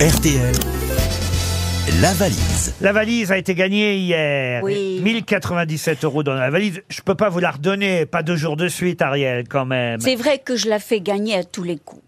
RTL, la valise. La valise a été gagnée hier. Oui. 1097 euros dans la valise. Je peux pas vous la redonner, pas deux jours de suite, Ariel, quand même. C'est vrai que je la fais gagner à tous les coups.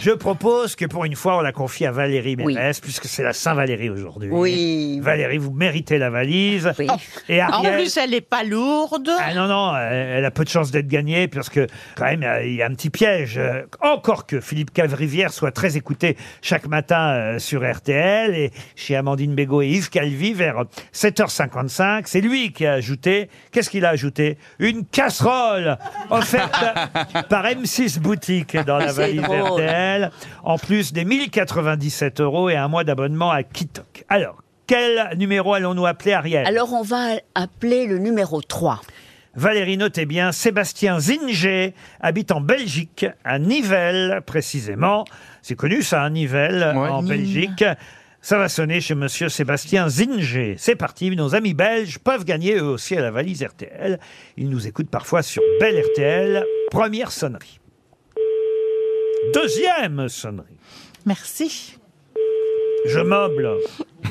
Je propose que pour une fois, on la confie à Valérie Oui. Mérès, puisque c'est la Saint-Valérie aujourd'hui. Oui. Valérie, vous méritez la valise. Oui. Et Ah, En Ariel... plus, elle n'est pas lourde. Hein Ah non, non, euh, elle a peu de chances d'être gagnée, parce que quand même, euh, il y a un petit piège. Euh, Encore que Philippe Cavrivière soit très écouté chaque matin euh, sur RTL, et chez Amandine Bégaud et Yves Calvi, vers 7h55, c'est lui qui a ajouté, qu'est-ce qu'il a ajouté Une casserole offerte par M6 Boutique dans la Ah, C'est valise drôle. RTL, en plus des 1097 euros et un mois d'abonnement à Kitok. Alors, quel numéro allons-nous appeler, Ariel Alors on va appeler le numéro 3. Valérie, notez eh bien, Sébastien Zinger habite en Belgique, à Nivelles précisément. C'est connu ça, à Nivelles, en Belgique. Ça va sonner chez monsieur Sébastien Zinger. C'est parti, nos amis belges peuvent gagner eux aussi à la valise RTL. Ils nous écoutent parfois sur Belle RTL. Première sonnerie. Deuxième sonnerie. Merci. Je meuble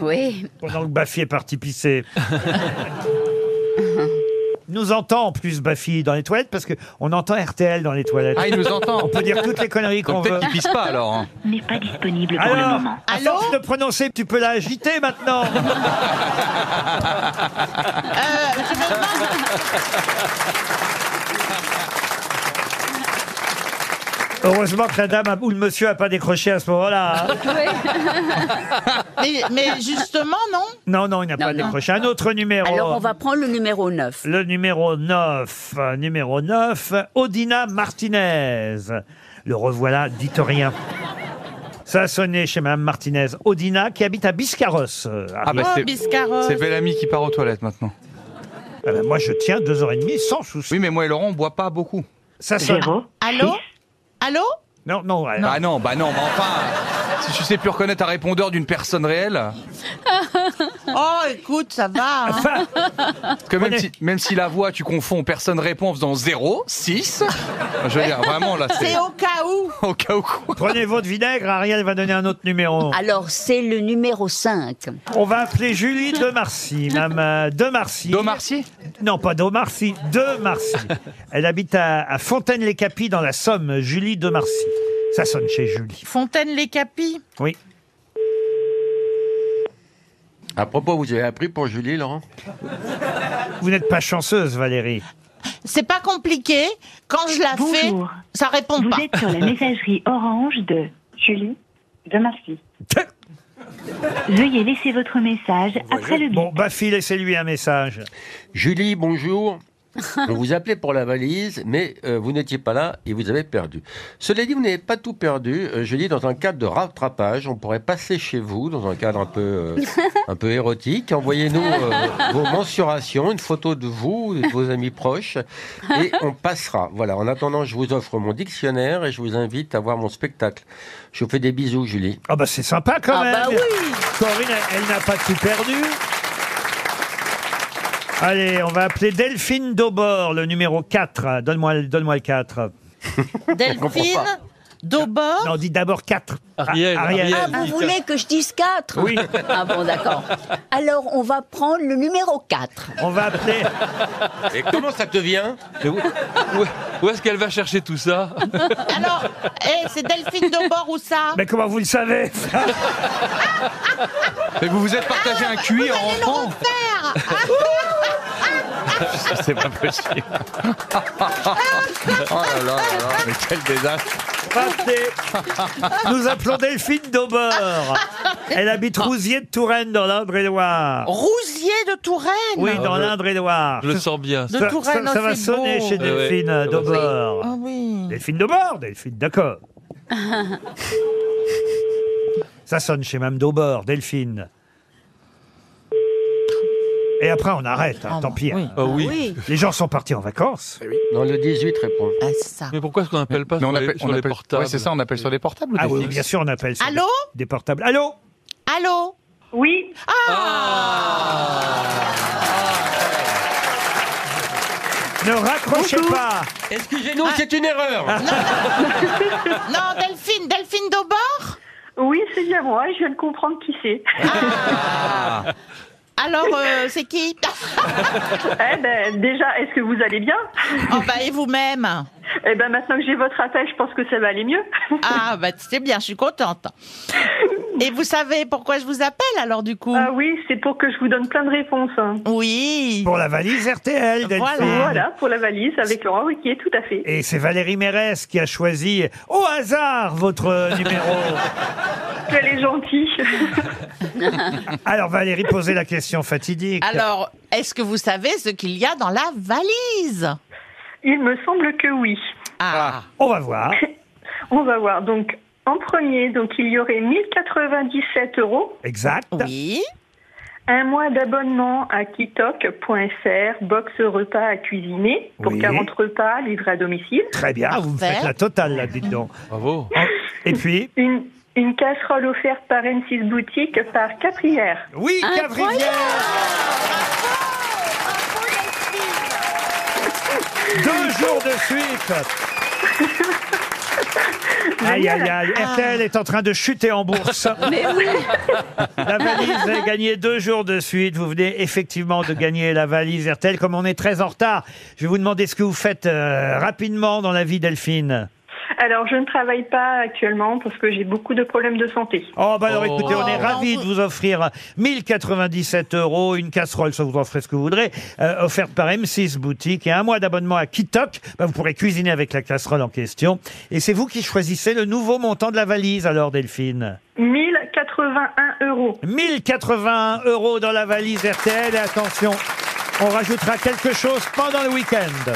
Oui. pendant que Baffy est parti pisser. nous entend en plus Baffy dans les toilettes parce que on entend RTL dans les toilettes. Ah, il nous On entend. peut dire toutes les conneries qu'on Donc veut. peut-être qu'il pisse pas alors. hein. n'est pas disponible pour le Alors, moment. à Allô force de prononcer, tu peux la agiter maintenant. Euh, Heureusement que la dame a- ou le monsieur a pas décroché à ce moment-là. hein. Mais, mais justement, non Non, non, il n'a Non, pas non. décroché. Un autre numéro. Alors on va prendre le numéro 9. Le numéro 9, euh, numéro 9, Odina Martinez. Le revoilà, dites rien. Ça a sonné chez Mme Martinez. Odina qui habite à Biscarros. euh, Ah Ariel. bah Oh, c'est Biscarrosse. c'est Bellamy qui part aux toilettes maintenant. Ah bah, moi, je tiens deux heures et demie sans souci. Oui, mais moi et Laurent, on boit pas beaucoup. Ça sonne. Zéro. Allô Allô Non, non, ouais. Bah non, bah non, bah enfin. Si tu sais plus reconnaître un répondeur d'une personne réelle, Oh, écoute, ça va. hein. parce que même si, même si la voix tu confonds, personne répond en faisant 0, 6. Je veux dire, vraiment là, c'est C'est au cas où. au cas où. quoi. Prenez votre vinaigre, Ariel va donner un autre numéro. Alors c'est le numéro 5. On va appeler Julie de Marcy. Mme euh, de Marcy. Domarcy Non, pas de Marcy, de Marcy. Elle habite à, à Fontaine-les-Capis dans la Somme. Julie de Marcy. Ça sonne chez Julie. Fontaine-les-Capis. Oui. À propos, vous avez appris pour Julie, Laurent Vous n'êtes pas chanceuse, Valérie. C'est pas compliqué. Quand je la fais, Bonjour. ça répond Vous pas. êtes sur la messagerie orange de Julie de Marcy. Veuillez laisser votre message après le bip. Bon, Baffy, laissez-lui un message. Julie, bonjour. On vous appelait pour la valise, mais euh, vous n'étiez pas là et vous avez perdu. Cela dit, vous n'avez pas tout perdu. Euh, je dis, dans un cadre de rattrapage, on pourrait passer chez vous, dans un cadre un peu, euh, un peu érotique. Envoyez-nous euh, vos mensurations, une photo de vous, de vos amis proches, et on passera. Voilà, en attendant, je vous offre mon dictionnaire et je vous invite à voir mon spectacle. Je vous fais des bisous, Julie. Ah bah c'est sympa quand Ah même. bah oui. Corinne, elle, elle n'a pas tout perdu. Allez, on va appeler Delphine Daubord, le numéro 4. Donne-moi donne le 4. comprends Delphine, Daubord. Non, dis d'abord 4. Ariel, Ariel. Ah, vous voulez que je dise 4 Oui. Ah bon, d'accord. Alors on va prendre le numéro 4. On va appeler... Et comment ça te vient Mais Où, où- où est-ce qu'elle va chercher tout ça Alors, eh, c'est Delphine Daubord ou ça Mais comment vous le savez Mais vous vous êtes partagé un QI en Allez le rentrant refaire C'est pas possible. Oh là là là là, mais quel désastre On va appeler- Nous appelons Delphine Daubord. Elle habite Rousier de Touraine dans l'Indre-et-Loire. Rousier de Touraine. Oui, dans l'Indre-et-Loire. Je le sens bien. De Ça, Touraine, ça- ça oh, va c'est sonner beau. chez Ah ouais, Delphine ça va Daubord. Ah oui. Delphine Daubord, Delphine, d'accord. Ça sonne chez Mme Daubord, Delphine. Et après, on arrête, hein, Ah tant bon, pis. hein. oui. Eh Ah Bah oui. Les gens sont partis en vacances. Dans le 18 répond. Ah, c'est ça. Mais pourquoi est-ce qu'on appelle pas Mais sur, on les- appelle, sur on les appelle- portables ouais, c'est ça, on appelle sur les portables ou Ah des oui, fixes bien sûr, on appelle ça Allô des, des portables. Allô Allô Ah, Oui, Ne raccrochez pas Excusez-nous, c'est une erreur. Non, Delphine, Delphine Daubord c'est bien moi, je viens de comprendre qui c'est. Alors, euh, c'est qui eh ben, déjà, est-ce que vous allez bien Oh bah et vous-même Eh ben, maintenant que j'ai votre appel, je pense que ça va aller mieux. Ah bah c'est bien, je suis contente. Et vous savez pourquoi je vous appelle alors du coup Ah oui, c'est pour que je vous donne plein de réponses. hein. Oui. Pour la valise RTL, Delphine. Voilà. Voilà, pour la valise avec Laurent Ruquier, tout à fait. Et c'est Valérie Mérès qui a choisi au hasard votre numéro. Quelle est gentille. Alors Valérie, posez la question fatidique. Alors, est-ce que vous savez ce qu'il y a dans la valise Il me semble que oui. Ah, On va voir. On va voir. Donc, en premier, donc il y aurait 1097 euros, Exact. oui. un mois d'abonnement à kitok.fr, box repas à cuisiner, pour Oui. 40 repas livrés à domicile, Très bien, vous me Parfait. faites la totale là, dites donc. Bravo. Et puis, une, une casserole offerte par M6 Boutique par Caprière. oui, Cavrivière Deux jours de suite Aïe, aïe, aïe, Ah. RTL est en train de chuter en bourse. La valise est gagnée deux jours de suite. Vous venez effectivement de gagner la valise RTL. Comme on est très en retard, je vais vous demander ce que vous faites euh, rapidement dans la vie, Delphine. Alors, je ne travaille pas actuellement parce que j'ai beaucoup de problèmes de santé. Oh, bah alors Oh. écoutez, on est Oh, ravis on de peut- vous offrir 1097 euros, une casserole, ça vous en ferez ce que vous voudrez, euh, offerte par M6 Boutique et un mois d'abonnement à Kitok. Bah, vous pourrez cuisiner avec la casserole en question. Et c'est vous qui choisissez le nouveau montant de la valise, alors, Delphine. 1081 euros. 1081 euros dans la valise RTL. Et attention, on rajoutera quelque chose pendant le week-end.